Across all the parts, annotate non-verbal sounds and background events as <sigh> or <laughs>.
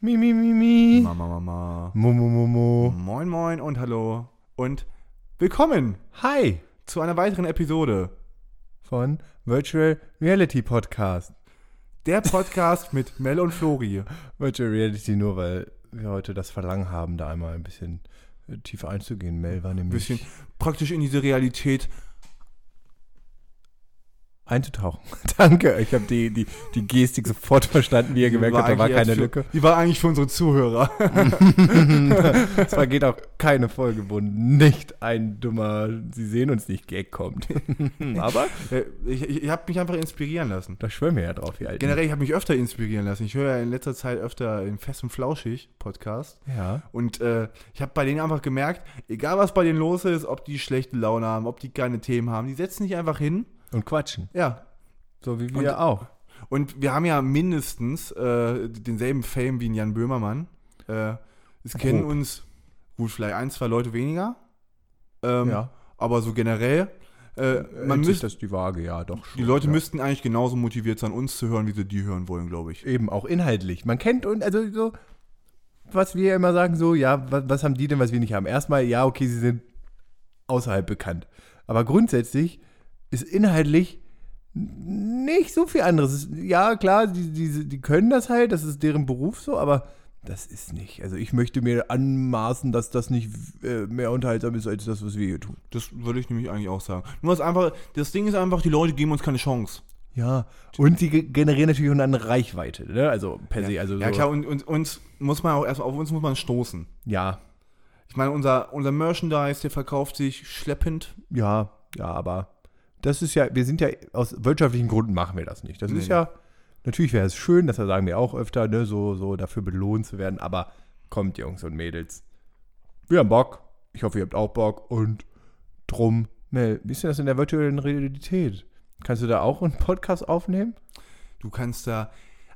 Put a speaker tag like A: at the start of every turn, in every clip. A: Mi, mi, mi, mi.
B: Mama, Mama.
A: Mu, mu, mu, mu.
B: Moin, moin und hallo. Und willkommen
A: Hi
B: zu einer weiteren Episode.
A: von Virtual Reality Podcast.
B: Der Podcast mit Mel und Flori.
A: Virtual Reality nur, weil wir heute das Verlangen haben, da einmal ein bisschen äh, tiefer einzugehen. Mel war
B: Ein
A: nämlich
B: bisschen praktisch in diese Realität.
A: einzutauchen. <laughs> Danke, ich habe die, die, die Gestik sofort verstanden, wie ihr gemerkt habt, da war
B: eigentlich
A: keine
B: erst
A: Lücke.
B: Für, die war eigentlich für unsere Zuhörer. <laughs>
A: Zwar geht auch keine Folge, wo nicht ein dummer Sie sehen uns nicht Gag kommt. <laughs> Aber
B: Äh, ich ich, ich habe mich einfach inspirieren lassen.
A: da schwören wir ja drauf, ihr Alten.
B: Generell, ich habe mich öfter inspirieren lassen. Ich höre ja in letzter Zeit öfter den Fest und Flauschig Podcast.
A: ja.
B: Und äh, ich habe bei denen einfach gemerkt, egal was bei denen los ist, ob die schlechte Laune haben, ob die keine Themen haben, die setzen sich einfach hin.
A: Und quatschen.
B: Ja.
A: So wie wir
B: Und-
A: auch.
B: Und wir haben ja mindestens äh, denselben Fame wie ein Jan Böhmermann. Äh, es kennen
A: Grob.
B: uns gut vielleicht ein, zwei Leute weniger. Ähm,
A: Ja.
B: Aber so generell, äh,
A: Hält
B: man
A: sich
B: müsst,
A: das die Waage, ja, doch schon.
B: die Leute
A: ja.
B: müssten eigentlich genauso motiviert sein, uns zu hören, wie sie die hören wollen, glaube ich.
A: Eben, auch inhaltlich. Man kennt und also so, was wir immer sagen, so, ja, was, was haben die denn, was wir nicht haben? Erstmal, ja, okay, sie sind außerhalb bekannt. Aber grundsätzlich ist inhaltlich n- nicht so viel anderes. Es- Ja, klar, die, die, die können das halt, das ist deren Beruf so, aber das ist nicht. Also ich möchte mir anmaßen, dass das nicht äh, mehr unterhaltsam ist als das, was wir hier tun.
B: Das würde ich nämlich eigentlich auch sagen. Nur ist einfach, das Ding ist einfach, die Leute geben uns keine Chance.
A: Ja, und sie ge- generieren natürlich auch eine andere Reichweite, ne? Also per se, also
B: Ja
A: so,
B: klar, und, und uns muss man auch erstmal, auf uns muss man stoßen.
A: ja,
B: Ich meine, unser, unser Merchandise, der verkauft sich schleppend.
A: Ja, ja, aber das ist ja, wir sind ja, aus wirtschaftlichen Gründen machen wir das nicht. Das
B: Nee,
A: ist
B: nee.
A: ja, natürlich wäre es schön, das sagen wir auch öfter, ne, so, so dafür belohnt zu werden, aber kommt, Jungs und Mädels. Wir haben Bock. Ich hoffe, ihr habt auch Bock und drum. Mel, wie ist denn das in der virtuellen Realität? Kannst du da auch einen Podcast aufnehmen?
B: Du kannst da,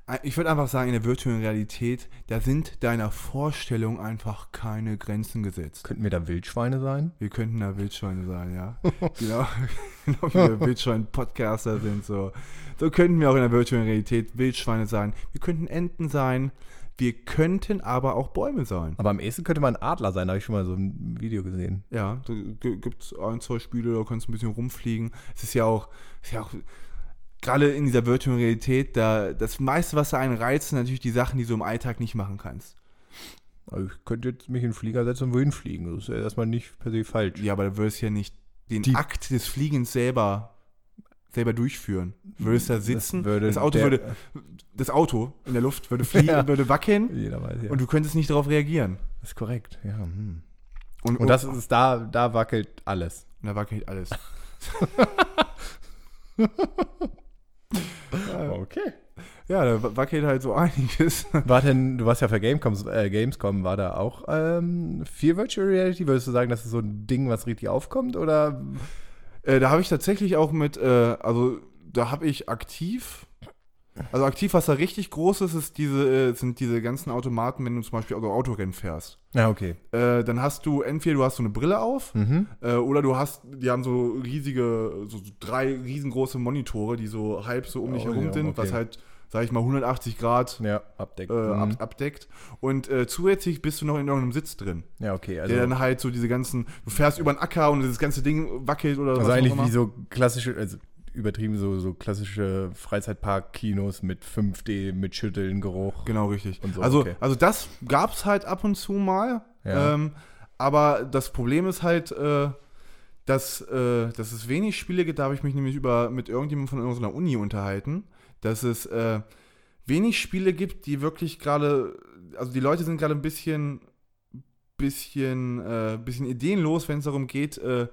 B: äh, ich würde einfach sagen, in der virtuellen Realität, da sind deiner Vorstellung einfach keine Grenzen gesetzt.
A: Könnten wir da Wildschweine sein?
B: Wir könnten da Wildschweine sein, ja. genau, <laughs> genau wie wir Wildschwein-Podcaster sind. So. so könnten wir auch in der virtuellen Realität Wildschweine sein. Wir könnten Enten sein. Wir könnten aber auch Bäume sein.
A: Aber am ehesten könnte man ein Adler sein, da habe ich schon mal so ein Video gesehen.
B: Ja, da gibt es ein, zwei Spiele, da kannst du ein bisschen rumfliegen. Es ist ja auch, ist ja auch gerade in dieser virtuellen Realität, da das meiste, was da einen reizt, sind natürlich die Sachen, die du im Alltag nicht machen kannst.
A: Also ich könnte jetzt mich in den Flieger setzen und wohin fliegen. Das ist ja erstmal nicht per se falsch.
B: Ja, aber du würdest ja nicht den
A: Die-
B: Akt des Fliegens selber, selber durchführen. Du würdest da sitzen, das,
A: würde
B: Auto
A: der-
B: würde, das Auto in der Luft würde fliegen,
A: <laughs> Ja.
B: würde wackeln
A: Jeder weiß, ja.
B: und du könntest nicht darauf reagieren.
A: das ist korrekt, ja. hm.
B: Und,
A: Und das ist da, da wackelt alles.
B: und da wackelt alles.
A: Okay.
B: Ja, da wa- wackelt halt so <laughs> einiges.
A: War denn, du warst ja für Gamescom, äh, Gamescom war da auch ähm, viel Virtual Reality? Würdest du sagen, das ist so ein Ding, was richtig aufkommt? Oder
B: Äh, da habe ich tatsächlich auch mit, äh, also da habe ich aktiv, also aktiv, was da richtig groß ist, ist diese, äh, sind diese ganzen Automaten, wenn du zum Beispiel also Autorennen fährst.
A: Ja, okay.
B: Äh, dann hast du entweder du hast so eine Brille auf
A: Mhm.
B: äh, oder du hast, die haben so riesige, so so drei riesengroße Monitore, die so halb so um dich
A: Oh,
B: herum
A: ja,
B: sind,
A: okay. Mhm.
B: was halt, sag ich mal, 180 Grad
A: Ja, abdecken.
B: äh, ab, abdeckt. Und äh, zusätzlich bist du noch in irgendeinem Sitz drin,
A: ja, okay. Also,
B: der dann halt so diese ganzen, du fährst über einen Acker und das ganze Ding wackelt oder
A: also
B: auch
A: eigentlich
B: immer.
A: wie so klassische, also übertrieben so, so klassische Freizeitpark-Kinos mit 5D, mit Schütteln, Geruch.
B: Genau, richtig.
A: Und so,
B: also,
A: okay.
B: also das gab es halt ab und zu mal.
A: Ja.
B: Ähm, aber das Problem ist halt, äh, dass, äh, dass es wenig Spiele gibt. Da habe ich mich nämlich über, mit irgendjemandem von irgendeiner Uni unterhalten, dass es äh, wenig Spiele gibt, die wirklich gerade, also die Leute sind gerade ein bisschen, bisschen, äh, bisschen ideenlos, wenn es darum geht, äh,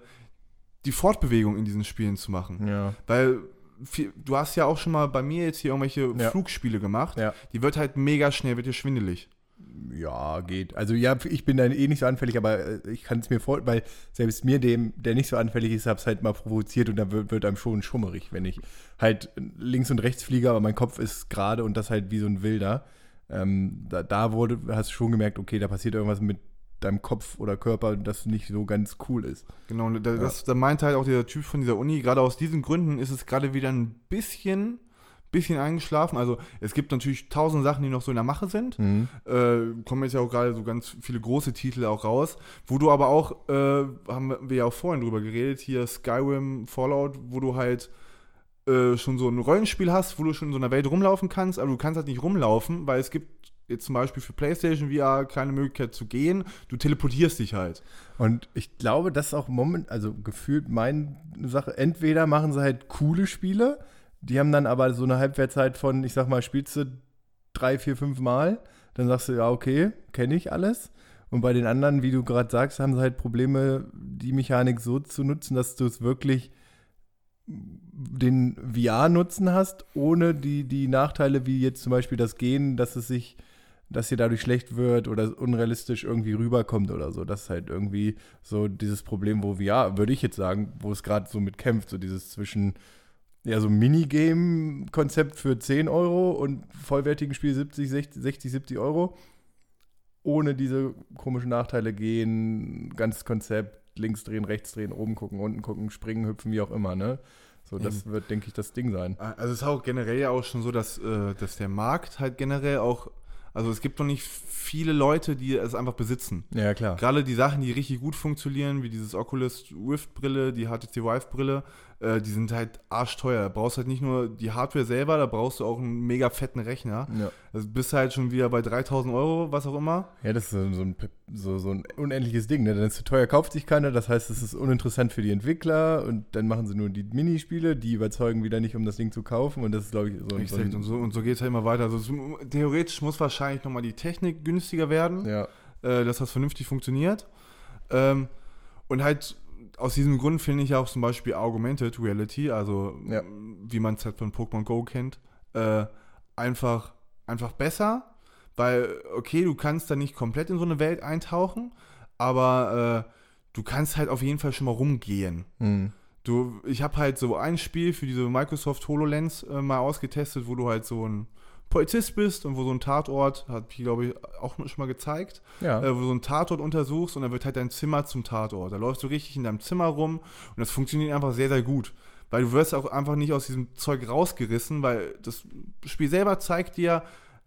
B: die Fortbewegung in diesen Spielen zu machen.
A: Ja.
B: Weil viel, du hast ja auch schon mal bei mir jetzt hier irgendwelche
A: Ja.
B: Flugspiele gemacht.
A: Ja.
B: Die wird halt mega schnell, wird dir schwindelig.
A: Ja, geht. Also ja, ich bin dann eh nicht so anfällig, aber äh, ich kann es mir vor, weil selbst mir dem, der nicht so anfällig ist, hab's halt mal provoziert und dann wird, wird einem schon schummerig, wenn ich halt links und rechts fliege, aber mein Kopf ist gerade und das halt wie so ein Wilder. Ähm, da, da wurde, hast du schon gemerkt, okay, da passiert irgendwas mit deinem Kopf oder Körper, das nicht so ganz cool ist.
B: Genau, und da, das, da meint halt auch dieser Typ von dieser Uni, gerade aus diesen Gründen ist es gerade wieder ein bisschen, bisschen eingeschlafen. Also es gibt natürlich tausend Sachen, die noch so in der Mache sind. Äh, kommen jetzt ja auch gerade so ganz viele große Titel auch raus, wo du aber auch, äh, haben wir ja auch vorhin drüber geredet, hier Skyrim, Fallout, wo du halt äh, schon so ein Rollenspiel hast, wo du schon in so einer Welt rumlaufen kannst, aber du kannst halt nicht rumlaufen, weil es gibt jetzt zum Beispiel für PlayStation VR keine Möglichkeit zu gehen, du teleportierst dich halt.
A: Und ich glaube, das ist auch moment, also gefühlt meine Sache. Entweder machen sie halt coole Spiele, die haben dann aber so eine Halbwertszeit von, ich sag mal, spielst du drei, vier, fünf Mal, dann sagst du, ja, okay, kenne ich alles. Und bei den anderen, wie du gerade sagst, haben sie halt Probleme, die Mechanik so zu nutzen, dass du es wirklich den VR-Nutzen hast, ohne die, die Nachteile, wie jetzt zum Beispiel das Gehen, dass es sich, dass dir dadurch schlecht wird oder unrealistisch irgendwie rüberkommt oder so. Das ist halt irgendwie so dieses Problem, wo VR, würde ich jetzt sagen, wo es gerade so mit kämpft, so dieses zwischen, ja, so Minigame-Konzept für 10 Euro und vollwertigen Spiel 70, 60, 60, 70 Euro. Ohne diese komischen Nachteile gehen, ganzes Konzept, links drehen, rechts drehen, oben gucken, unten gucken, springen, hüpfen, wie auch immer, ne? So, das wird, denke ich, das Ding sein.
B: Also es ist auch generell ja auch schon so, dass, äh, dass der Markt halt generell auch, also es gibt noch nicht viele Leute, die es einfach besitzen.
A: Ja, klar.
B: Gerade die Sachen, die richtig gut funktionieren, wie dieses Oculus Rift Brille, die HTC Vive Brille, äh, die sind halt arschteuer. Da brauchst halt nicht nur die Hardware selber, da brauchst du auch einen mega fetten Rechner.
A: Ja.
B: Also bist halt schon wieder bei 3000 Euro, was auch immer.
A: Ja, das ist so so ein, Pe- so, so ein unendliches Ding. Ne? Dann ist es zu teuer, kauft sich keiner. Das heißt, es ist uninteressant für die Entwickler und dann machen sie nur die Minispiele, die überzeugen wieder nicht, um das Ding zu kaufen. Und das ist, glaube ich, so, ein- so
B: Exakt. Und
A: ein.
B: so, und so geht es halt immer weiter. Also es, theoretisch muss wahrscheinlich nochmal die Technik günstiger werden.
A: Ja,
B: äh, dass das vernünftig funktioniert. Ähm, und halt aus diesem Grund finde ich auch zum Beispiel Augmented Reality, also
A: Ja.
B: wie man es halt von Pokémon Go kennt, äh, einfach, einfach besser, weil, okay, du kannst da nicht komplett in so eine Welt eintauchen, aber äh, du kannst halt auf jeden Fall schon mal rumgehen.
A: hm.
B: Du, ich habe halt so ein Spiel für diese Microsoft HoloLens äh, mal ausgetestet, wo du halt so ein Polizist bist und wo so ein Tatort, hat ich glaube ich auch schon mal gezeigt,
A: ja.
B: äh, wo du so einen Tatort untersuchst und dann wird halt dein Zimmer zum Tatort. Da läufst du richtig in deinem Zimmer rum und das funktioniert einfach sehr, sehr gut. Weil du wirst auch einfach nicht aus diesem Zeug rausgerissen, weil das Spiel selber zeigt dir,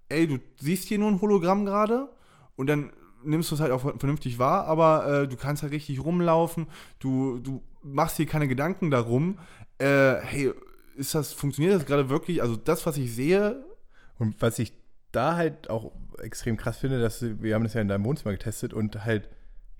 B: ey, du siehst hier nur ein Hologramm gerade und dann nimmst du es halt auch vernünftig wahr, aber äh, du kannst halt richtig rumlaufen, du, du machst dir keine Gedanken darum, äh, hey, ist das, funktioniert das gerade wirklich? Also das, was ich sehe,
A: Und was ich da halt auch extrem krass finde, dass sie- wir haben das ja in deinem Wohnzimmer getestet und halt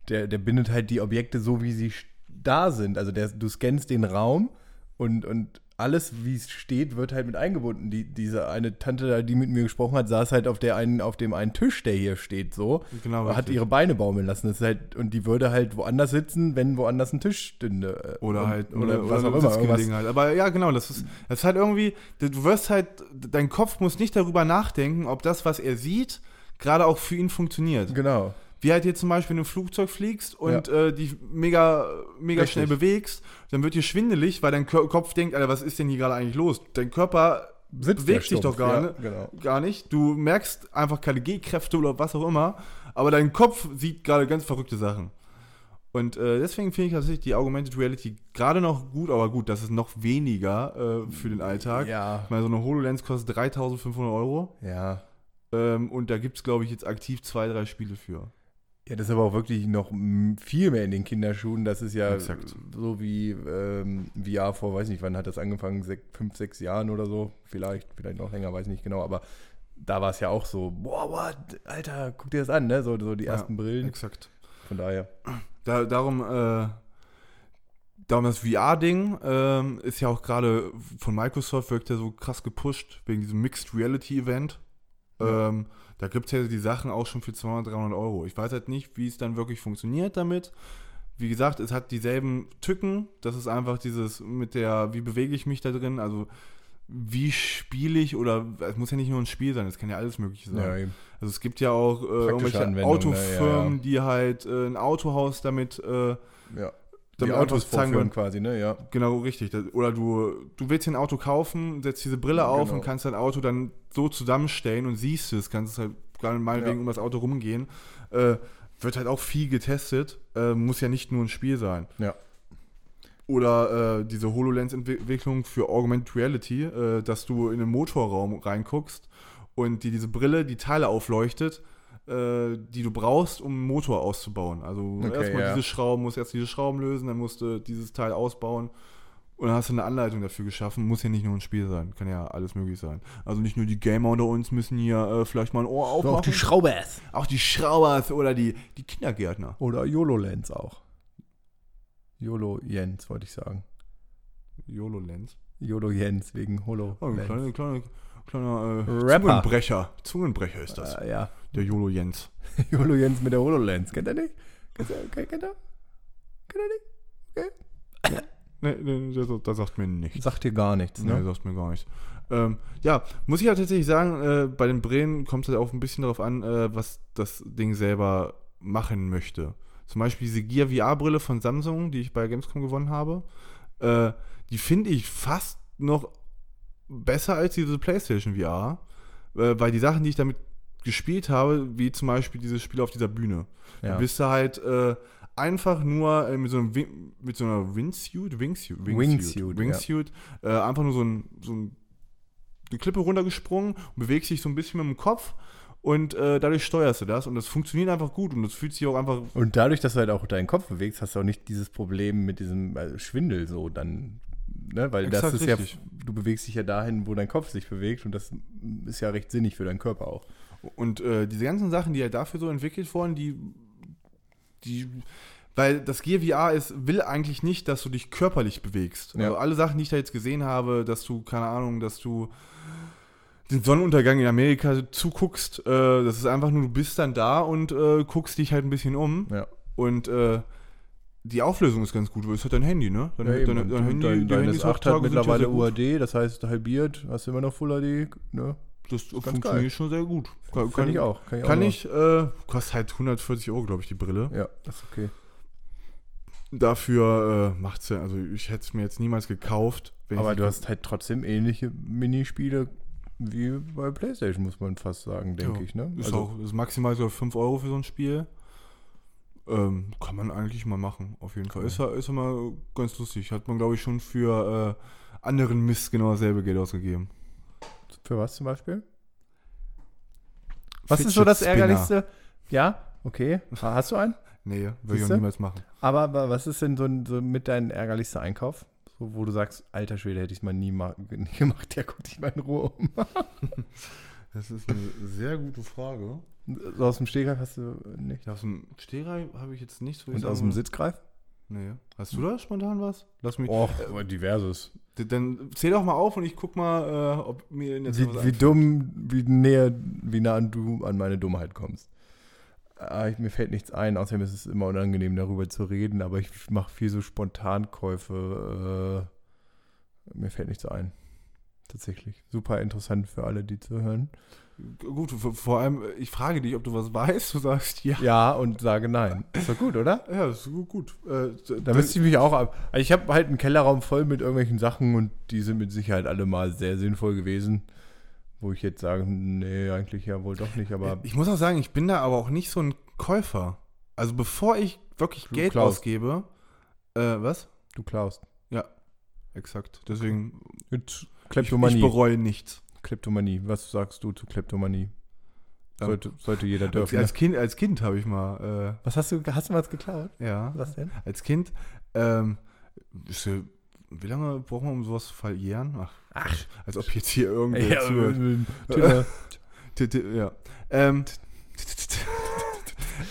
A: der, der bindet halt die Objekte so, wie sie sch- da sind. Also der, du scannst den Raum und, und alles, wie es steht, wird halt mit eingebunden. Die, diese eine Tante, da, die mit mir gesprochen hat, saß halt auf, der einen, auf dem einen Tisch, der hier steht, so.
B: Genau,
A: hat
B: richtig.
A: ihre Beine baumeln lassen. Das ist halt, und die würde halt woanders sitzen, wenn woanders ein Tisch stünde. Äh,
B: Oder
A: und,
B: halt
A: oder, was
B: eine
A: auch immer. irgendwas-
B: Sitzgelegenheit. Aber ja, genau, das ist, das ist halt irgendwie, du wirst halt, dein Kopf muss nicht darüber nachdenken, ob das, was er sieht, gerade auch für ihn funktioniert.
A: Genau.
B: Wie halt hier zum Beispiel, wenn du ein Flugzeug fliegst und äh, dich mega, mega
A: Richtig.
B: schnell bewegst, dann wird dir schwindelig, weil dein Ko- Kopf denkt, Alter, was ist denn hier gerade eigentlich los? Dein Körper
A: Sitzt
B: bewegt
A: ja
B: sich doch
A: stumpf,
B: gar,
A: ja,
B: nicht,
A: genau.
B: gar nicht. Du merkst einfach keine Gehkräfte oder was auch immer, aber dein Kopf sieht gerade ganz verrückte Sachen. Und äh, deswegen finde ich tatsächlich die Augmented Reality gerade noch gut, aber gut, das ist noch weniger äh, für den Alltag.
A: Ja.
B: Ich meine, so eine HoloLens kostet 3500 Euro
A: Ja.
B: ähm, und da gibt es, glaube ich, jetzt aktiv zwei, drei Spiele für.
A: Ja, das ist aber auch wirklich noch m, viel mehr in den Kinderschuhen. Das ist ja
B: Exakt.
A: so wie ähm, VR vor, weiß nicht, wann hat das angefangen? Sech, fünf, sechs Jahren oder so. Vielleicht, vielleicht noch länger, weiß nicht genau. Aber da war es ja auch so, boah, what? Alter, guck dir das an, ne? So, so die ersten Brillen.
B: Exakt.
A: Von daher.
B: Da, darum, äh, darum das VR-Ding ähm, ist ja auch gerade von Microsoft wirkt ja so krass gepusht wegen diesem Mixed Reality Event.
A: Ja.
B: Ähm, da gibt es ja die Sachen auch schon für 200, 300 Euro. Ich weiß halt nicht, wie es dann wirklich funktioniert damit. Wie gesagt, es hat dieselben Tücken. Das ist einfach dieses mit der, wie bewege ich mich da drin? Also, wie spiele ich? Oder es muss ja nicht nur ein Spiel sein, es kann ja alles Mögliche sein.
A: Ja, eben.
B: Also es gibt ja auch äh, irgendwelche
A: Anwendungen, ne?
B: Autofirmen,
A: Ja, ja.
B: die halt äh, ein Autohaus damit, äh,
A: ja. Die
B: damit
A: Autos
B: Autos zeigen
A: vorführen
B: würden.
A: quasi, ne? Ja.
B: Genau, richtig. Das, oder du, du willst dir ein Auto kaufen, setzt diese Brille auf
A: Genau.
B: und kannst dein Auto dann so zusammenstellen und siehst es, kannst es halt gerade meinetwegen
A: Ja.
B: um das Auto rumgehen. Äh, wird halt auch viel getestet, äh, muss ja nicht nur ein Spiel sein.
A: Ja.
B: Oder äh, diese HoloLens-Entwicklung für Augmented Reality, äh, dass du in den Motorraum reinguckst und dir diese Brille die Teile aufleuchtet, äh, die du brauchst, um einen Motor auszubauen. Also
A: Okay,
B: erstmal
A: ja.
B: diese Schrauben, musst erst diese Schrauben lösen, dann musst du dieses Teil ausbauen. Und dann hast du eine Anleitung dafür geschaffen. Muss ja nicht nur ein Spiel sein, kann ja alles möglich sein. Also nicht nur die Gamer unter uns müssen hier äh, vielleicht mal ein Ohr aufmachen.
A: Auch die Schraubers.
B: Auch die Schraubers oder die, die Kindergärtner.
A: Oder YOLO-Lens auch. YOLO-Jens, wollte ich sagen.
B: YOLO-Lens.
A: YOLO-Jens wegen holo
B: Oh, ein kleiner, kleiner, kleiner äh,
A: Rapper.
B: Zungenbrecher. Zungenbrecher ist das.
A: äh, ja,
B: Der YOLO-Jens.
A: YOLO-Jens mit der HoloLens. Kennt er nicht? Kennt er, kennt kennt er? Kennt er nicht?
B: Nee, nee, das, das sagt mir nichts.
A: Okay. Sagt dir gar nichts,
B: Nee,
A: ne?
B: sagt mir gar nichts. Ähm, ja, muss ich ja tatsächlich sagen, äh, bei den Brillen kommt es halt auch ein bisschen darauf an, äh, was das Ding selber machen möchte. Zum Beispiel diese Gear VR-Brille von Samsung, die ich bei Gamescom gewonnen habe, äh, die finde ich fast noch besser als diese PlayStation VR, äh, weil die Sachen, die ich damit gespielt habe, wie zum Beispiel dieses Spiel auf dieser Bühne,
A: Ja.
B: du bist da halt äh, einfach nur äh, mit, so einem Wing, mit so einer Wingsuit, Wingsuit,
A: Wingsuit,
B: Wingsuit, Wingsuit äh, einfach nur so, ein, so ein, eine Klippe runtergesprungen und bewegst dich so ein bisschen mit dem Kopf und äh, dadurch steuerst du das und das funktioniert einfach gut und das fühlt sich auch einfach
A: Und dadurch, dass du halt auch deinen Kopf bewegst, hast du auch nicht dieses Problem mit diesem also Schwindel so dann. Ne? Weil das
B: Exakt
A: ist
B: richtig.
A: ja, du bewegst dich ja dahin, wo dein Kopf sich bewegt und das ist ja recht sinnig für deinen Körper auch.
B: Und äh, diese ganzen Sachen, die ja dafür so entwickelt wurden, die, die, weil das Gear VR ist, will eigentlich nicht, dass du dich körperlich bewegst.
A: Ja.
B: Also alle Sachen, die ich da jetzt gesehen habe, dass du, keine Ahnung, dass du den Sonnenuntergang in Amerika zuguckst, äh, das ist einfach nur, du bist dann da und äh, guckst dich halt ein bisschen um.
A: Ja.
B: Und äh, die Auflösung ist ganz gut, weil es hat dein Handy, ne? Dein,
A: Ja, eben.
B: dein,
A: Und
B: dein Handy,
A: dein,
B: die
A: deines
B: Handys
A: 8
B: heutzutage
A: hat
B: sind ja
A: mittlerweile
B: sehr gut.
A: UAD, das heißt halbiert, hast du immer noch Full HD, ne?
B: Das
A: geil.
B: funktioniert schon sehr gut. Kann,
A: Kann ich auch. Kann ich,
B: Kann
A: auch
B: ich, äh, kostet halt 140 Euro, glaube ich, die Brille.
A: noch. Ja, das ist okay.
B: Dafür äh, macht's ja, also ich hätte es mir jetzt niemals gekauft. wenn
A: Aber
B: ich,
A: du hast halt trotzdem ähnliche Minispiele wie bei PlayStation, muss man fast sagen, denke
B: Ja,
A: ich, ne?
B: Ist
A: Also,
B: auch ist maximal so 5 Euro für so ein Spiel. Ähm, kann man eigentlich mal machen, auf jeden Fall. Ist ja ist ja mal ganz lustig. Hat man, glaube ich, schon für äh, anderen Mist genau dasselbe Geld ausgegeben.
A: Für was zum Beispiel? Was ist so
B: Fidget
A: das
B: Spinner.
A: Ärgerlichste? Ja, okay. Ha- Hast du einen?
B: Nee, würde ich auch
A: Siehste?
B: niemals machen.
A: Aber wa- was ist denn so, ein- so mit dein ärgerlichster Einkauf? So, wo du sagst, alter Schwede, hätte ich mal nie, ma <laughs> nie gemacht, der guckt dich mal in Ruhe um.
B: Das ist eine sehr gute Frage.
A: So aus dem Stegreif hast du nicht.
B: Aus dem Stehreif habe ich jetzt nichts. wo ich
A: Und
B: sagen
A: aus dem
B: würde-
A: Sitzgreif?
B: Nee. Hast du da spontan was? Lass mich.
A: Och, diverses.
B: D- Dann zähl doch mal auf und ich guck mal, äh, ob mir jetzt noch was
A: Wie, wie dumm, wie näher, wie nah an du an meine Dummheit kommst. Ah, ich, mir fällt nichts ein, außerdem ist es immer unangenehm, darüber zu reden, aber ich mache viel so Spontankäufe. Äh, mir fällt nichts ein. Tatsächlich. Super interessant für alle, die zu hören.
B: Gut, v- vor allem, äh, ich frage dich, ob du was <laughs> weißt. Du sagst ja.
A: Ja, und sage nein. Ist doch gut, oder?
B: Ja, das ist gut. gut. Äh, d-
A: Da müsste ich mich auch ab. Also ich habe halt einen Kellerraum voll mit irgendwelchen Sachen und die sind mit Sicherheit alle mal sehr sinnvoll gewesen. Wo ich jetzt sage, nee, eigentlich ja wohl doch nicht, aber.
B: ich muss auch sagen, ich bin da aber auch nicht so ein Käufer. Also, bevor ich wirklich
A: Du
B: Geld
A: klaust.
B: ausgebe, äh, was?
A: Du klaust.
B: Exakt. Deswegen,
A: Jetzt
B: ich, ich
A: Kleptomanie.
B: bereue nichts.
A: Kleptomanie. Was sagst du zu Kleptomanie?
B: Ähm,
A: Sollte, sollte jeder
B: Als,
A: dürfen. ne?
B: als Kind, als Kind habe ich mal,
A: was hast du, hast du was geklaut?
B: äh, ja,
A: Was denn?
B: als Kind, ähm, ist, ja- wie lange braucht man, um sowas zu verjähren? Ach,
A: Ach,
B: als ob jetzt hier <laughs> irgendwer
A: ja,
B: zuhört.
A: ähm, Tüller.
B: T- t- Ja. Ähm,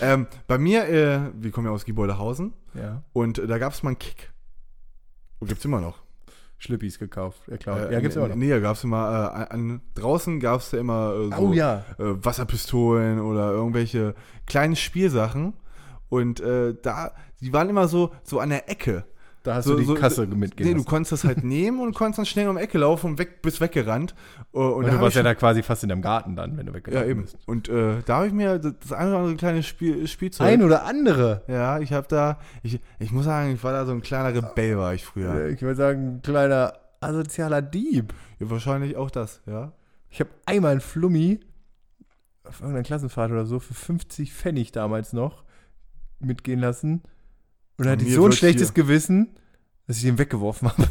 B: ähm, bei mir, äh, wir kommen ja aus Gebäudehausen
A: ja.
B: und äh, da gab es mal einen Kick. Und gibt's immer noch.
A: Schlippis gekauft. Ja, klar.
B: Äh,
A: ja, gibt's immer noch.
B: Nee, da gab's immer, äh, an, draußen gab's ja immer äh, so
A: Oh ja.
B: äh, Wasserpistolen oder irgendwelche kleinen Spielsachen. Und äh, da, die waren immer so, so an der Ecke.
A: Da hast du die Kasse mitgehen
B: Nee, du
A: lassen.
B: konntest
A: <laughs>
B: das halt nehmen und konntest dann schnell um die Ecke laufen und weg, bist weggerannt. Äh, Und,
A: Und
B: da hab
A: du warst
B: ich
A: ja da quasi fast in deinem Garten dann, wenn du weggegangen
B: Ja, eben.
A: bist.
B: Und äh, da habe ich mir das das ein oder andere kleine Spiel, Spielzeug.
A: Ein oder andere.
B: ja, ich habe da, ich, ich muss sagen, ich war da so ein kleiner Rebell, war ich früher.
A: Ich würde sagen, ein kleiner asozialer Dieb.
B: Ja, wahrscheinlich auch das, ja.
A: Ich habe einmal einen Flummi auf irgendeiner Klassenfahrt oder so für 50 Pfennig damals noch mitgehen lassen. Und dann hatte ich
B: mir
A: so ein
B: wird
A: schlechtes
B: hier-
A: Gewissen, dass ich den weggeworfen habe.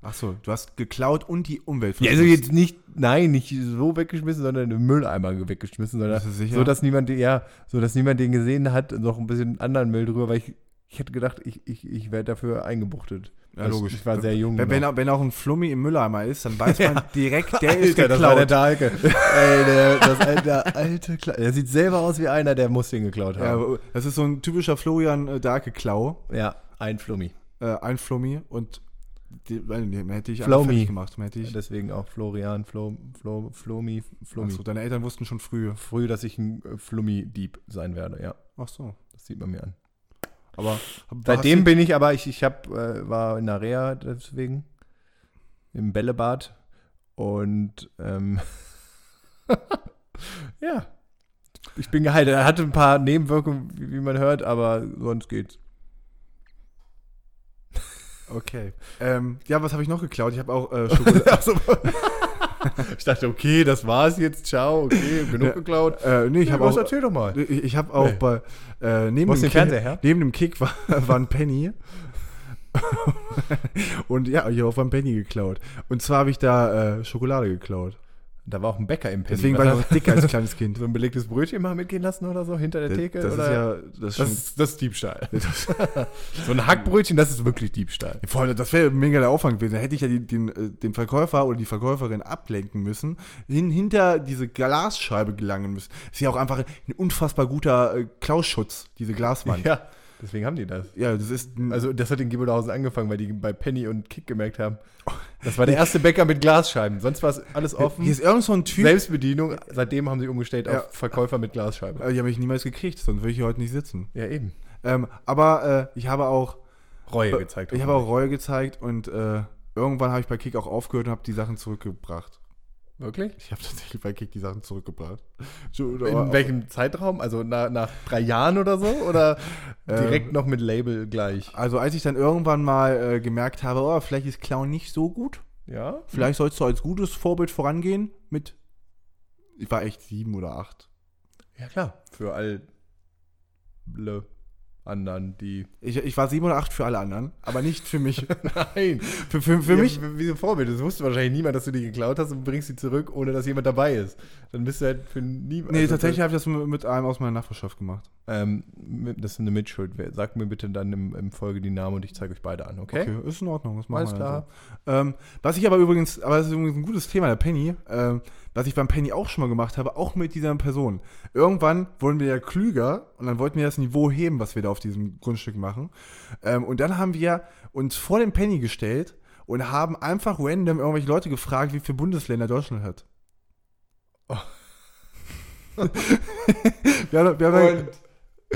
B: Ach so, du hast geklaut und die Umwelt
A: <laughs> Ja, also jetzt nicht, nein, nicht so weggeschmissen, sondern im Mülleimer weggeschmissen, sondern
B: Bist du sicher?
A: so, dass niemand, den- ja, so, dass niemand den gesehen hat und noch ein bisschen anderen Müll drüber, weil ich, ich hätte gedacht, ich, ich, ich werde dafür eingebuchtet.
B: ja,
A: Also
B: logisch.
A: Ich war sehr jung.
B: wenn, wenn,
A: noch.
B: auch- wenn auch ein Flummi im Mülleimer ist, dann
A: <laughs>
B: weiß man direkt, der ist
A: Alter, das war der
B: geklaut.
A: Dahlke. <laughs> Ey, der, das alte, der alte Kla Der sieht selber aus wie einer, der muss den geklaut haben.
B: ja, das ist so ein typischer Florian äh, Darke Klau,
A: Ja, ein Flummi.
B: äh, ein Flummi und die, weil, nee, hätte ich
A: Flummi.
B: fertig gemacht. Hätte ich,
A: Deswegen auch Florian, Flo, Flo, Flummi, Flummi.
B: ach so, deine Eltern wussten schon früh.
A: Früh, dass ich ein äh, Flummi-Dieb sein werde, ja.
B: Ach so.
A: Das sieht man mir an.
B: Aber
A: Seitdem bin ich aber, ich, ich hab, äh, war in der Reha deswegen, im Bällebad und ähm, <laughs> ja, ich bin geheilt. Er hatte ein paar Nebenwirkungen, wie, wie man hört, aber sonst geht's. <laughs>
B: Okay. Ähm, ja, was habe ich noch geklaut? Ich habe auch
A: <laughs>
B: äh, Schokolade.
A: Ich dachte, okay, das war's jetzt, ciao, okay, genug geklaut.
B: äh, nee, ich
A: Ich
B: habe
A: was
B: auch.
A: erzähl doch mal.
B: Ich ich habe auch
A: Nee.
B: bei äh, neben,
A: Wo
B: dem
A: ist der Fernseher her?
B: Kick, neben dem Kick war, <laughs> war ein Penny. Und ja, ich habe auch ein Penny geklaut. Und zwar habe ich da äh, Schokolade geklaut.
A: Da war auch ein Bäcker im Penny.
B: Deswegen war ich auch dick als kleines
A: <laughs>
B: Kind.
A: so ein belegtes Brötchen mal mitgehen lassen oder so, hinter der Theke?
B: das
A: oder?
B: ist ja das ist
A: das,
B: <laughs> schon,
A: ist, das ist Diebstahl. so ein Hackbrötchen, das ist wirklich Diebstahl.
B: vor allem, das wäre mega der Aufwand gewesen. Da hätte ich ja die, den, äh, den Verkäufer oder die Verkäuferin ablenken müssen, hin, hinter diese Glasscheibe gelangen müssen. Ist ja auch einfach ein unfassbar guter äh, Klausschutz, diese Glaswand.
A: Ja, deswegen haben die das.
B: Ja, das ist ein,
A: Also das hat in Giebelhausen angefangen, weil die bei Penny und Kick gemerkt haben, das
B: <laughs>
A: war der erste Bäcker mit Glasscheiben. Sonst war es alles
B: Hier
A: offen.
B: ist irgend so ein Typ.
A: Selbstbedienung, seitdem haben sie umgestellt
B: Ja.
A: auf Verkäufer mit Glasscheibe.
B: Äh, Die habe ich niemals gekriegt, sonst würde ich hier heute nicht sitzen.
A: Ja, eben. Äh,
B: Ähm, aber äh, ich habe auch
A: Reue gezeigt.
B: ich habe auch Reue gezeigt und äh, irgendwann habe ich bei Kick auch aufgehört und habe die Sachen zurückgebracht.
A: Wirklich?
B: Ich habe <laughs> tatsächlich bei Kick die Sachen zurückgebracht.
A: In welchem Zeitraum? Also na, nach drei Jahren oder so? Oder
B: Ähm,
A: direkt noch mit Label gleich?
B: Also als ich dann irgendwann mal äh, gemerkt habe, oh, vielleicht ist Clown nicht so gut,
A: Ja?
B: vielleicht sollst du als gutes Vorbild vorangehen mit, ich war echt sieben oder acht.
A: Ja, klar. Für alle anderen,
B: <laughs>
A: die...
B: Ich, ich war sieben oder acht für alle anderen, aber nicht
A: <laughs>
B: für mich.
A: Nein.
B: für für, für
A: Ja,
B: mich
A: w- Wie so ein Vorbild. Das wusste wahrscheinlich niemand, dass du die geklaut hast und bringst sie zurück, ohne dass jemand dabei ist. Dann bist du halt für niemanden.
B: Nee, tatsächlich habe ich das mit mit einem aus meiner Nachbarschaft gemacht.
A: Ähm, mit- das ist eine Mitschuld. Wer- Sag mir bitte dann im, im Folge die Namen und ich zeige euch beide an, okay?
B: Okay, ist in Ordnung, das machen
A: Alles
B: wir
A: klar.
B: dann so. Ähm, was ich aber übrigens, aber das ist übrigens ein gutes Thema, der Penny, ähm, was ich beim Penny auch schon mal gemacht habe, auch mit dieser Person. Irgendwann wurden wir ja klüger und dann wollten wir das Niveau heben, was wir da auf diesem Grundstück machen. Ähm, und dann haben wir uns vor den Penny gestellt und haben einfach random irgendwelche Leute gefragt, wie viele Bundesländer Deutschland hat.
A: Oh.
B: <laughs> wir haben, wir haben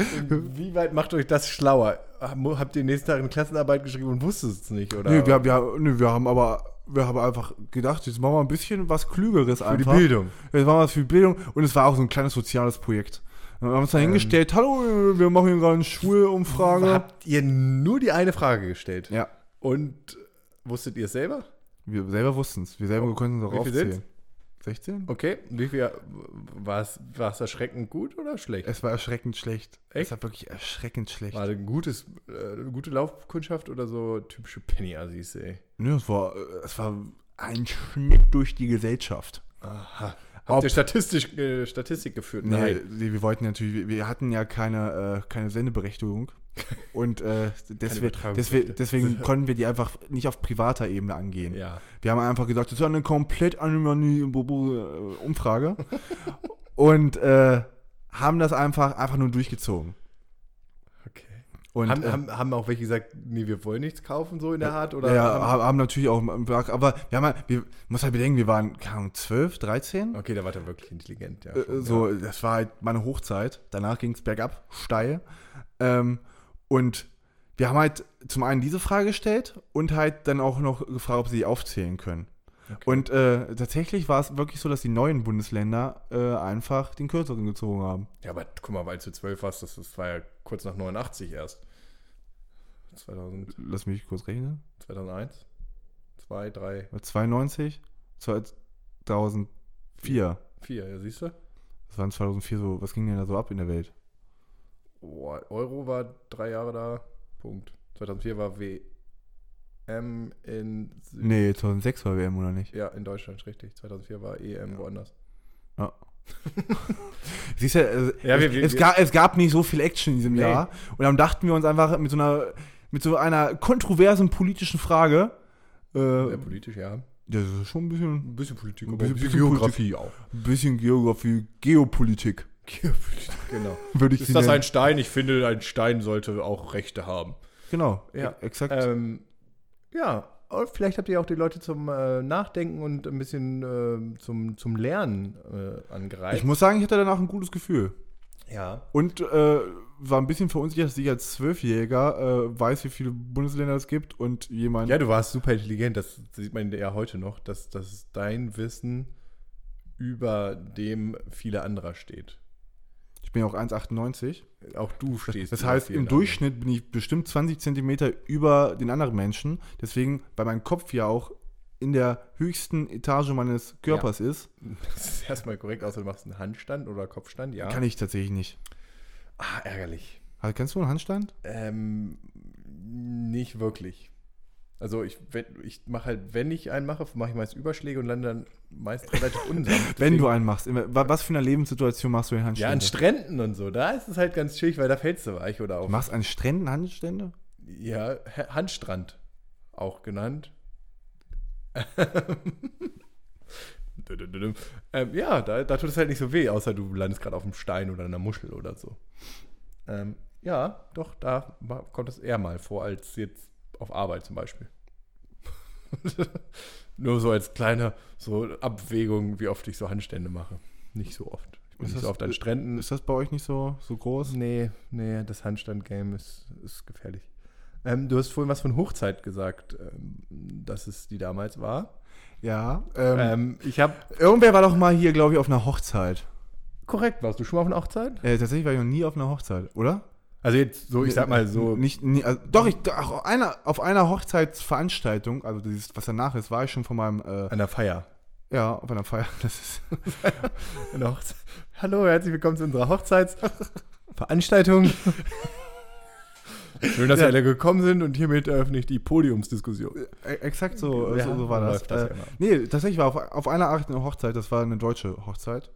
B: dann-
A: Und wie weit macht euch das schlauer? Haben- Habt ihr nächsten Tag eine Klassenarbeit geschrieben und wusstet es nicht, oder?
B: Nee, wir, haben- wir, haben- nee, wir haben aber wir haben einfach gedacht, jetzt machen wir ein bisschen was Klügeres
A: für die
B: einfach.
A: Bildung.
B: Jetzt machen wir was für die Bildung und es war auch so ein kleines soziales Projekt. Und Wir haben
A: Ähm.
B: uns da hingestellt, hallo, wir machen hier gerade eine Schulumfrage.
A: Habt ihr nur die eine Frage gestellt?
B: Ja,
A: Und wusstet ihr es selber?
B: wir selber wussten es. Wir selber konnten es auch
A: Oh. Wie viel
B: aufzählen. 16?
A: Okay. Wie viel war es war es erschreckend gut oder schlecht?
B: Es war erschreckend schlecht.
A: Echt?
B: Es war wirklich erschreckend schlecht.
A: War ein gutes, äh, eine gute Laufkundschaft oder so typische Penny-Assis, ey?
B: Nö, es war, es war ein Schnitt durch die Gesellschaft.
A: Aha. Habt
B: Ob-
A: ihr statistisch, äh, Statistik geführt?
B: Nee, nee, wir wollten natürlich, wir- wir hatten ja keine, äh, keine Sendeberechtigung. Und äh, deswegen, deswegen,
A: Übertragungsrechte. <laughs>
B: deswegen konnten wir die einfach nicht auf privater Ebene angehen.
A: Ja.
B: Wir haben einfach gesagt, das ist eine komplett anonyme äh, Umfrage. und äh, haben das einfach, einfach nur durchgezogen.
A: Okay.
B: Und,
A: haben,
B: äh,
A: haben, haben auch welche gesagt, nee, wir wollen nichts kaufen, so in der Art? Oder
B: ja,
A: haben-
B: haben, haben natürlich auch, aber wir haben halt, wir, muss halt bedenken, wir waren, keine Ahnung, 12, 13?
A: Okay, da war er wirklich intelligent, ja.
B: Äh,
A: schon,
B: so,
A: ja.
B: das war halt meine Hochzeit. Danach ging es bergab, steil. Ähm, und wir haben halt zum einen diese Frage gestellt und halt dann auch noch gefragt, ob sie die aufzählen können. Und äh, tatsächlich war es wirklich so, dass die neuen Bundesländer äh, einfach den kürzeren gezogen haben.
A: Ja, aber guck mal, weil du zwölf warst, das, das war ja kurz nach 89 erst. 2000,
B: Lass mich kurz rechnen.
A: 2001? 2, 3,
B: 92, 2004.
A: 4, ja, siehst du?
B: Das waren 2004 so, was ging denn da so ab in der Welt?
A: Boah, Euro war drei Jahre da, Punkt. 2004 war w EM in Sü
B: Nee, 2006 war WM, oder nicht?
A: Ja, in Deutschland, richtig. 2004 war EM woanders.
B: Ja. Siehst du, also,
A: Ja, wir-
B: es,
A: wir-
B: es, gab, es gab nicht so viel Action in diesem
A: Nee.
B: Jahr. Und dann dachten wir uns einfach mit so einer, mit so einer kontroversen politischen Frage. Äh,
A: Sehr politisch, ja.
B: das ist schon ein bisschen,
A: Ein Hm. bisschen Politik,
B: Ein
A: aber
B: bisschen-
A: ein bisschen
B: bisschen
A: Geografie auch. <laughs>
B: ein bisschen Geografie, Geopolitik,
A: genau.
B: würde ich
A: Ist
B: sie
A: das
B: nennen.
A: ein Stein? Ich finde, ein Stein sollte auch Rechte haben.
B: Genau,
A: Ja.
B: e- exakt.
A: Ähm, ja, und vielleicht habt ihr auch die Leute zum äh, Nachdenken und ein bisschen äh, zum, zum Lernen äh,
B: ich
A: angereicht.
B: muss sagen, ich hatte danach ein gutes Gefühl.
A: ja.
B: Und äh, war ein bisschen verunsichert, dass ich als Zwölfjähriger äh, weiß, wie viele Bundesländer es gibt und jemand.
A: ja, du warst super intelligent, das sieht man ja heute noch, dass, dass dein Wissen über dem vieler anderer steht.
B: Ich bin ja auch 1,98.
A: Auch du stehst.
B: Das
A: über
B: heißt,
A: vielen
B: im Durchschnitt bin ich bestimmt 20 Zentimeter über den anderen Menschen. Deswegen, weil mein Kopf ja auch in der höchsten Etage meines Körpers ist,
A: anderen. <laughs> Das ist erstmal korrekt, außer du machst einen Handstand oder Kopfstand, ja.
B: kann ich tatsächlich nicht.
A: ah, ärgerlich.
B: Also, Kannst du einen Handstand?
A: Ähm, nicht wirklich. Also ich, wenn, ich mache halt, wenn ich einen mache, mache ich meist Überschläge und lande dann meist
B: <laughs>
A: relativ unsanft.
B: Wenn du
A: Deswegen-
B: einen machst, immer- wa- was für eine Lebenssituation machst du den
A: ja,
B: Handstand?
A: an Stränden und so, da ist es halt ganz chillig, weil da fällst du weich oder
B: du
A: auf.
B: machst an Stränden Handstände?
A: Ja, Ha- Handstrand auch genannt. <laughs> Dödödödöm. ähm, ja, da, da tut es halt nicht so weh, außer du landest gerade auf einem Stein oder einer Muschel oder so. Ähm, ja, doch, da ma- kommt es eher mal vor, als jetzt auf Arbeit zum Beispiel. <laughs> Nur so als kleine so Abwägung, wie oft ich so Handstände mache. Nicht so oft. Ich bin
B: Ist
A: nicht so
B: das-
A: oft an Stränden.
B: Ist das bei euch nicht so, so groß?
A: Nee, nee, das Handstand-Game ist, ist gefährlich. Ähm, du hast vorhin was von Hochzeit gesagt, ähm, dass es die damals war.
B: Ja. Ähm,
A: Ähm, ich habe
B: Irgendwer war doch mal hier, glaube ich, auf einer Hochzeit.
A: korrekt, warst du schon mal auf einer Hochzeit?
B: Äh, tatsächlich war ich noch nie auf einer Hochzeit, oder?
A: Also jetzt so, ich sag mal so,
B: Nicht, nie, also, doch, ich, ach, auf, einer, auf einer Hochzeitsveranstaltung, also dieses, was danach ist, war ich schon von meinem, äh,
A: an der Feier.
B: ja, auf einer Feier. Das ist,
A: An der Hochzeit. <laughs> Hallo, herzlich willkommen zu unserer Hochzeitsveranstaltung. <laughs> Schön, dass
B: Ja.
A: wir alle gekommen sind und hiermit eröffne ich die Podiumsdiskussion.
B: äh, exakt so, äh,
A: Ja,
B: so, so war das.
A: läuft das ja
B: äh,
A: immer.
B: nee, tatsächlich war auf, auf einer Art eine Hochzeit, das war eine deutsche Hochzeit,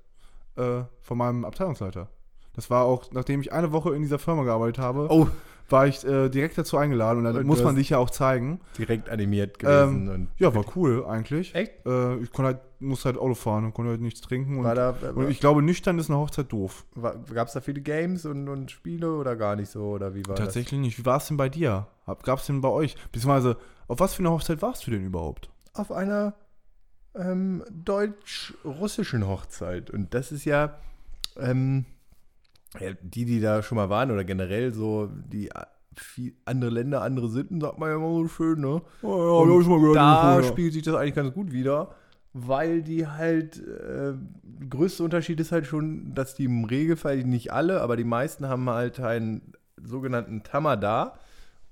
B: äh, von meinem Abteilungsleiter. Das war auch, nachdem ich eine Woche in dieser Firma gearbeitet habe,
A: Oh,
B: war ich äh, direkt dazu eingeladen und dann
A: Und du
B: muss man
A: hast-
B: sich ja auch zeigen.
A: direkt animiert gewesen. und
B: Ja, war cool eigentlich.
A: Ähm, Echt?
B: Äh, ich konnte halt, musste halt Auto fahren und konnte halt nichts trinken. Und,
A: war da, äh,
B: und ich glaube, nüchtern ist eine Hochzeit doof.
A: Gab es da viele Games und, und Spiele oder gar nicht so? Oder wie war
B: Tatsächlich nicht. Wie war es denn bei dir? Gab es denn bei euch? Beziehungsweise, auf was für eine Hochzeit warst du denn überhaupt?
A: das? Auf einer ähm, deutsch-russischen Hochzeit. Und das ist ja, ähm, ja, die, die da schon mal waren oder generell so, die äh, viel, andere Länder, andere Sitten, sagt man ja immer so schön, ne?
B: Oh,
A: hab ich
B: mal
A: da spiegelt sich das eigentlich ganz gut wieder, weil die halt, äh, größter Unterschied ist halt schon, dass die im Regelfall, nicht alle, aber die meisten haben halt einen sogenannten Tamada.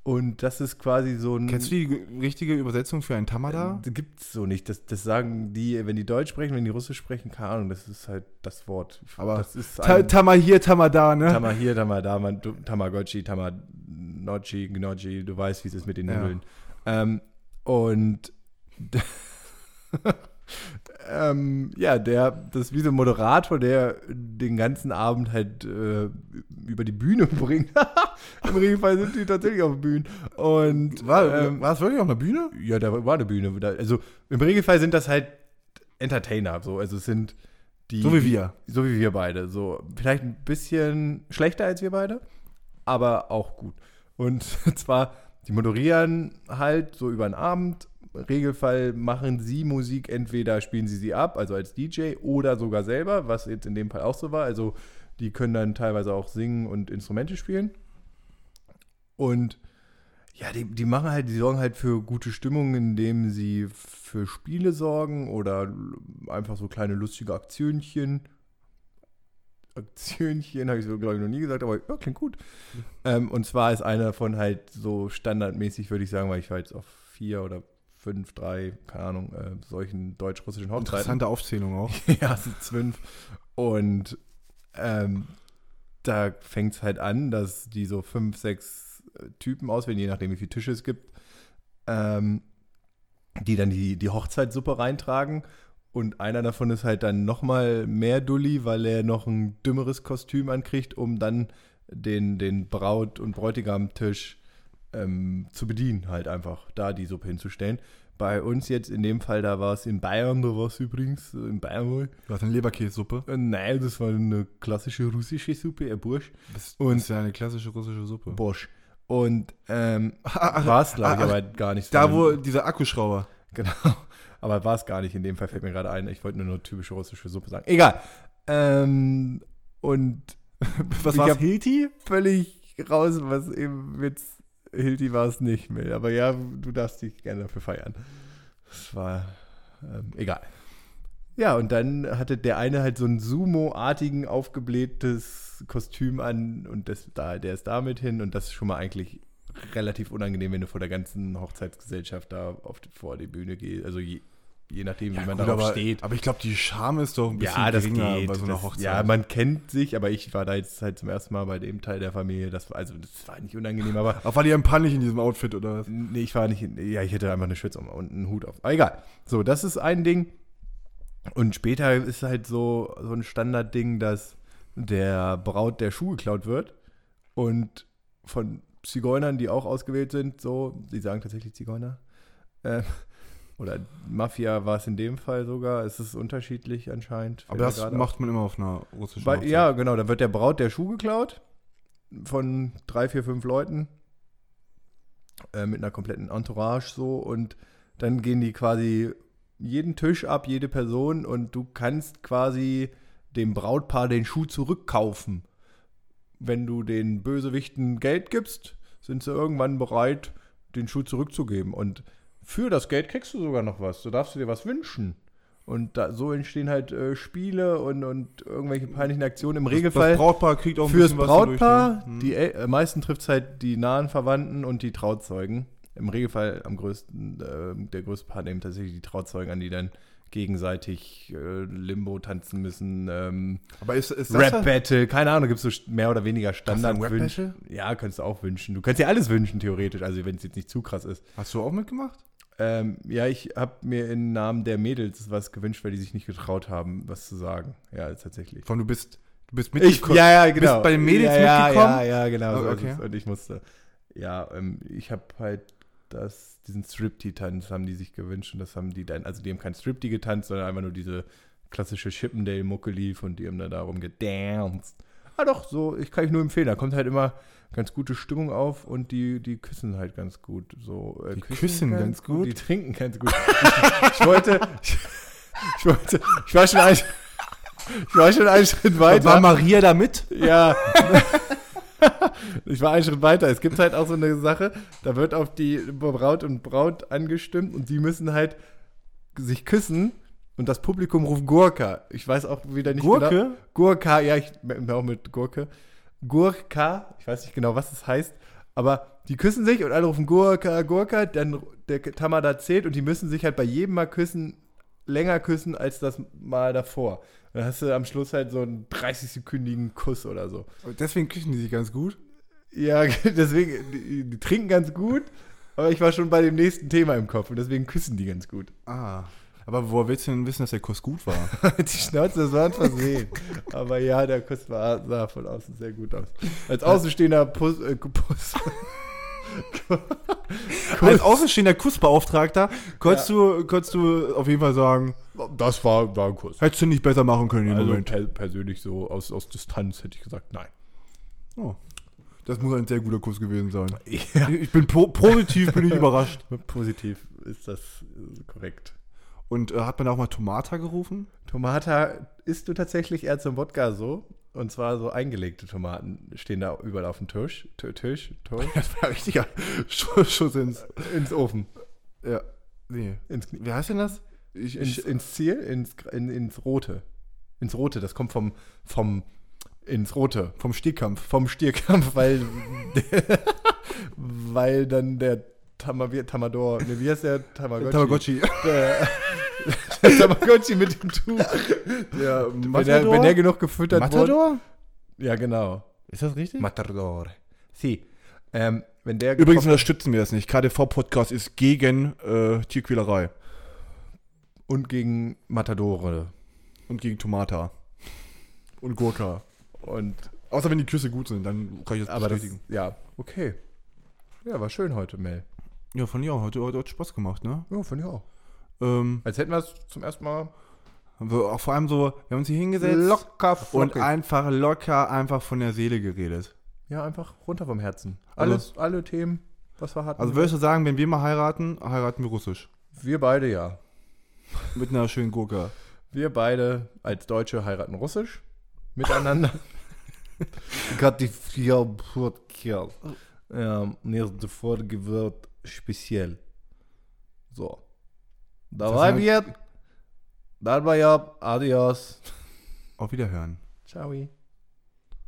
A: Und das ist quasi so ein.
B: Kennst du die ge- richtige Übersetzung für ein Tamada?
A: Das gibt's so nicht. Das, das sagen die, wenn die Deutsch sprechen, wenn die Russisch sprechen, keine Ahnung, das ist halt das Wort.
B: Aber
A: das ist
B: Ta
A: ein
B: Tama hier,
A: <laughs>
B: Tamada, ne?
A: Tama hier, Tama da, man, du- Tamagotchi, Tamanochi, Gnocchi, du weißt, wie es ist mit den
B: Ja.
A: Nudeln. Ähm, und <laughs> ähm, ja, der, das ist wie so ein Moderator, der den ganzen Abend halt äh, über die Bühne <laughs> bringt. Im Regelfall sind die tatsächlich auf Bühnen. Und ähm,
B: es äh, wirklich auf einer Bühne?
A: ja, da war eine Bühne. Da- Also im Regelfall sind das halt Entertainer. So. Also es sind die.
B: So wie wir.
A: So wie wir beide. So, vielleicht ein bisschen schlechter als wir beide, aber auch gut. Und <laughs> zwar, die moderieren halt so über den Abend. Im Regelfall machen sie Musik, entweder spielen sie sie ab, also als DJ, oder sogar selber, was jetzt in dem Fall auch so war. Also die können dann teilweise auch singen und Instrumente spielen. Und ja, die, die machen halt, die sorgen halt für gute Stimmung, indem sie für Spiele sorgen oder l- einfach so kleine lustige Aktionchen. Aktionchen habe ich so, glaube ich, noch nie gesagt, aber ja, klingt gut. Ähm, und zwar ist einer davon halt so standardmäßig, würde ich sagen, weil ich war jetzt auf vier oder fünf, drei, keine Ahnung, äh, solchen deutsch-russischen Hochzeiten
B: Interessante
A: <laughs>
B: Aufzählung auch.
A: ja, es sind zwölf. Und ähm, da fängt es halt an, dass die so fünf, sechs äh, Typen auswählen, je nachdem, wie viele Tische es gibt. ähm, die dann die, die Hochzeitssuppe reintragen. Und einer davon ist halt dann nochmal mehr Dulli, weil er noch ein dümmeres Kostüm ankriegt, um dann den, den Braut- und Bräutigam-Tisch ähm, zu bedienen, halt einfach da die Suppe hinzustellen. Bei uns jetzt in dem Fall, da war es in Bayern, da war es übrigens äh, in Bayern wohl.
B: Du hast eine Leberkässuppe.
A: Äh, Nein, das war eine klassische russische Suppe, ein Bursch.
B: Das,
A: Und-
B: das ist ja eine klassische russische Suppe.
A: Bosch. Und ähm, war es, glaube ich,
B: ach,
A: aber gar nicht.
B: Da,
A: sondern-
B: wo dieser Akkuschrauber.
A: Genau. Aber war es gar nicht. In dem Fall fällt mir gerade ein. Ich wollte nur eine typische russische Suppe sagen. Egal. Ähm, und
B: <laughs> Was
A: Ich
B: war's?
A: hab-
B: Hilti?
A: völlig raus, was eben jetzt Hilti war es nicht mehr. Aber ja, du darfst dich gerne dafür feiern. Das war ähm, egal. Ja, und dann hatte der eine halt so ein Sumo-artigen aufgeblähtes Kostüm an und das, da, der ist damit hin und das ist schon mal eigentlich relativ unangenehm, wenn du vor der ganzen Hochzeitsgesellschaft da auf die, vor die Bühne gehst. Also je, je nachdem, wie man
B: gut,
A: darauf
B: aber,
A: steht.
B: aber ich glaube, die Scham ist doch ein bisschen
A: Ja, das
B: geringer
A: geht.
B: bei so einer
A: das,
B: Hochzeit.
A: Ja, man kennt sich, aber ich war da jetzt halt zum ersten Mal bei dem Teil der Familie. Das war, also, das war nicht unangenehm, aber
B: Auch war die ein Panik in diesem Outfit oder was?
A: nee, ich war nicht, ja, ich hätte einfach eine Schürze um und einen Hut auf. Aber egal. So, das ist ein Ding. Und später ist halt so, so ein Standardding, dass der Braut der Schuh geklaut wird und von Zigeunern, die auch ausgewählt sind, so, die sagen tatsächlich Zigeuner. Äh, <laughs> oder Mafia war es in dem Fall sogar. Es ist unterschiedlich anscheinend.
B: Aber
A: Fällt mir
B: das
A: gerade auf.
B: macht man immer auf einer russischen
A: Bei,
B: Hochzeit.
A: ja, genau. Dann wird der Braut der Schuh geklaut von drei, vier, fünf Leuten äh, mit einer kompletten Entourage so und dann gehen die quasi jeden Tisch ab, jede Person und du kannst quasi dem Brautpaar den Schuh zurückkaufen. Wenn du den Bösewichten Geld gibst, sind sie irgendwann bereit, den Schuh zurückzugeben. Und für das Geld kriegst du sogar noch was. Du darfst dir was wünschen. Und da, so entstehen halt äh, Spiele und, und irgendwelche peinlichen Aktionen. Im Regelfall
B: Das Brautpaar kriegt auch ein
A: fürs
B: bisschen was dadurch,
A: Brautpaar,
B: ne? Hm.
A: die El äh, meisten trifft es halt die nahen Verwandten und die Trauzeugen. Im Regelfall am größten, äh, der größte Part nehmen tatsächlich die Trauzeugen an, die dann gegenseitig äh, Limbo tanzen müssen, ähm,
B: Aber ist, ist das dann-
A: Rap-Battle, keine Ahnung, gibt es so st- mehr oder weniger
B: Hast du ein
A: Standardwünsche.
B: Rap-Battle?
A: Ja, kannst du auch wünschen. Du kannst dir alles wünschen, theoretisch, also wenn es jetzt nicht zu krass ist.
B: Hast du auch mitgemacht?
A: Ähm, ja, ich habe mir im Namen der Mädels was gewünscht, weil die sich nicht getraut haben, was zu sagen. Ja, tatsächlich.
B: Von du bist, du bist
A: Ich,
B: mitgekommen.
A: ja, ja, genau.
B: bei den Mädels
A: ja, ja,
B: mitgekommen?
A: Ja, ja, genau.
B: Oh,
A: so ist
B: okay.
A: es. Und ich musste. Ja, ähm, ich habe halt das, diesen Striptee-Tanz haben die sich gewünscht und das haben die dann, also die haben kein Striptee getanzt, sondern einfach nur diese klassische Chippendale-Mucke lief und die haben dann darum gedanced. Ah doch, so, ich kann ich nur empfehlen. Da kommt halt immer ganz gute Stimmung auf und die, die küssen halt ganz gut. So, äh,
B: Die küssen ganz gut?
A: Die trinken ganz gut. ich, ich wollte, <laughs> ich, ich wollte, ich war schon ein, <laughs> ich war schon einen Schritt weiter.
B: Maria da mit?
A: Ja. <laughs> ich war einen Schritt weiter. Es gibt halt auch so eine Sache, da wird auf die Braut und Braut angestimmt und die müssen halt sich küssen und das Publikum ruft Gurka. Ich weiß auch wieder nicht
B: Gurke?
A: genau. Gurka, ja, ich merke auch mit Gurke. Gurka, ich weiß nicht genau, was das heißt, aber die küssen sich und alle rufen Gurka, Gurka, dann der Tamada zählt und die müssen sich halt bei jedem Mal küssen, länger küssen als das Mal davor. Und dann hast du am Schluss halt so einen 30-sekündigen Kuss oder so.
B: Deswegen küssen die sich ganz gut.
A: Ja, <laughs> deswegen, die, die trinken ganz gut, aber ich war schon bei dem nächsten Thema im Kopf und deswegen küssen die ganz gut. <laughs>
B: Ah. Aber woher willst du denn wissen, dass der Kuss gut war?
A: Halt die Schnauze, das war ein Versehen. aber ja, der Kuss war, sah von außen sehr gut aus. Als außenstehender Puss, äh, Puss.
B: Als außenstehender Kussbeauftragter konntest, du, konntest du auf jeden Fall sagen,
A: <laughs> Das war, war ein Kuss.
B: hättest du nicht besser machen können im
A: Also
B: Moment.
A: per persönlich so aus, aus Distanz hätte ich gesagt, nein.
B: Oh. Das muss ein sehr guter Kuss gewesen sein.
A: Ja.
B: Ich bin po positiv, bin ich überrascht.
A: Positiv ist das äh, korrekt.
B: Und äh, hat man auch mal Tomata
A: <laughs>
B: gerufen?
A: Tomata isst du tatsächlich eher zum Wodka so. Und zwar so eingelegte Tomaten stehen da überall auf dem Tisch, Tö- Tisch, Tisch,
B: <laughs> Das war ein richtiger Schuss, Schuss ins.
A: ins Ofen,
B: Ja. Nee.
A: ins, Knie-
B: Wie heißt denn das? Ich,
A: ins,
B: ich,
A: ins Ziel, ins, in, ins Rote. Ins Rote, das kommt vom, vom, ins Rote,
B: vom Stehkampf.
A: vom Stierkampf, weil, <laughs> weil dann der Tamavi- Tamador, ne, wie heißt der Tamagotchi?
B: Tamagotchi. <laughs>
A: Der, der <laughs> Tamagotchi mit dem Tuch.
B: Der
A: Wenn der, wenn der genug gefüttert wurde.
B: Matador?
A: Ja, genau.
B: Mhm. Ist das richtig?
A: Matador. Sie. Ähm, wenn der
B: Übrigens
A: gekocht-
B: unterstützen wir das nicht. KDV-Podcast ist gegen äh, Tierquälerei
A: und gegen Matadore
B: und gegen Tomata.
A: und Gurka und
B: Außer wenn die Küsse gut sind, dann kann ich das
A: aber das,
B: bestätigen.
A: ja, okay. Ja, war schön heute, Mel.
B: ja, von dir auch. Heute, heute hat Spaß gemacht, ne?
A: Ja, finde ich auch.
B: Ähm,
A: Als hätten wir es zum ersten Mal
B: haben wir auch vor allem so, wir haben uns hier hingesetzt
A: locker
B: und
A: flockig.
B: einfach locker einfach von der Seele geredet.
A: ja, einfach runter vom Herzen.
B: Also-
A: Alles, alle Themen, was wir hatten.
B: Also würdest du sagen, wenn wir mal heiraten, heiraten wir russisch.
A: wir beide ja.
B: Mit einer schönen Gurke.
A: Wir beide als Deutsche heiraten russisch miteinander. Gott, die vier Brotkerl. Ähm, nächste Folge wird speziell. So. Dabei
B: Das heißt-
A: wird. Dabei ab. Adios.
B: Auf Wiederhören.
A: Ciao.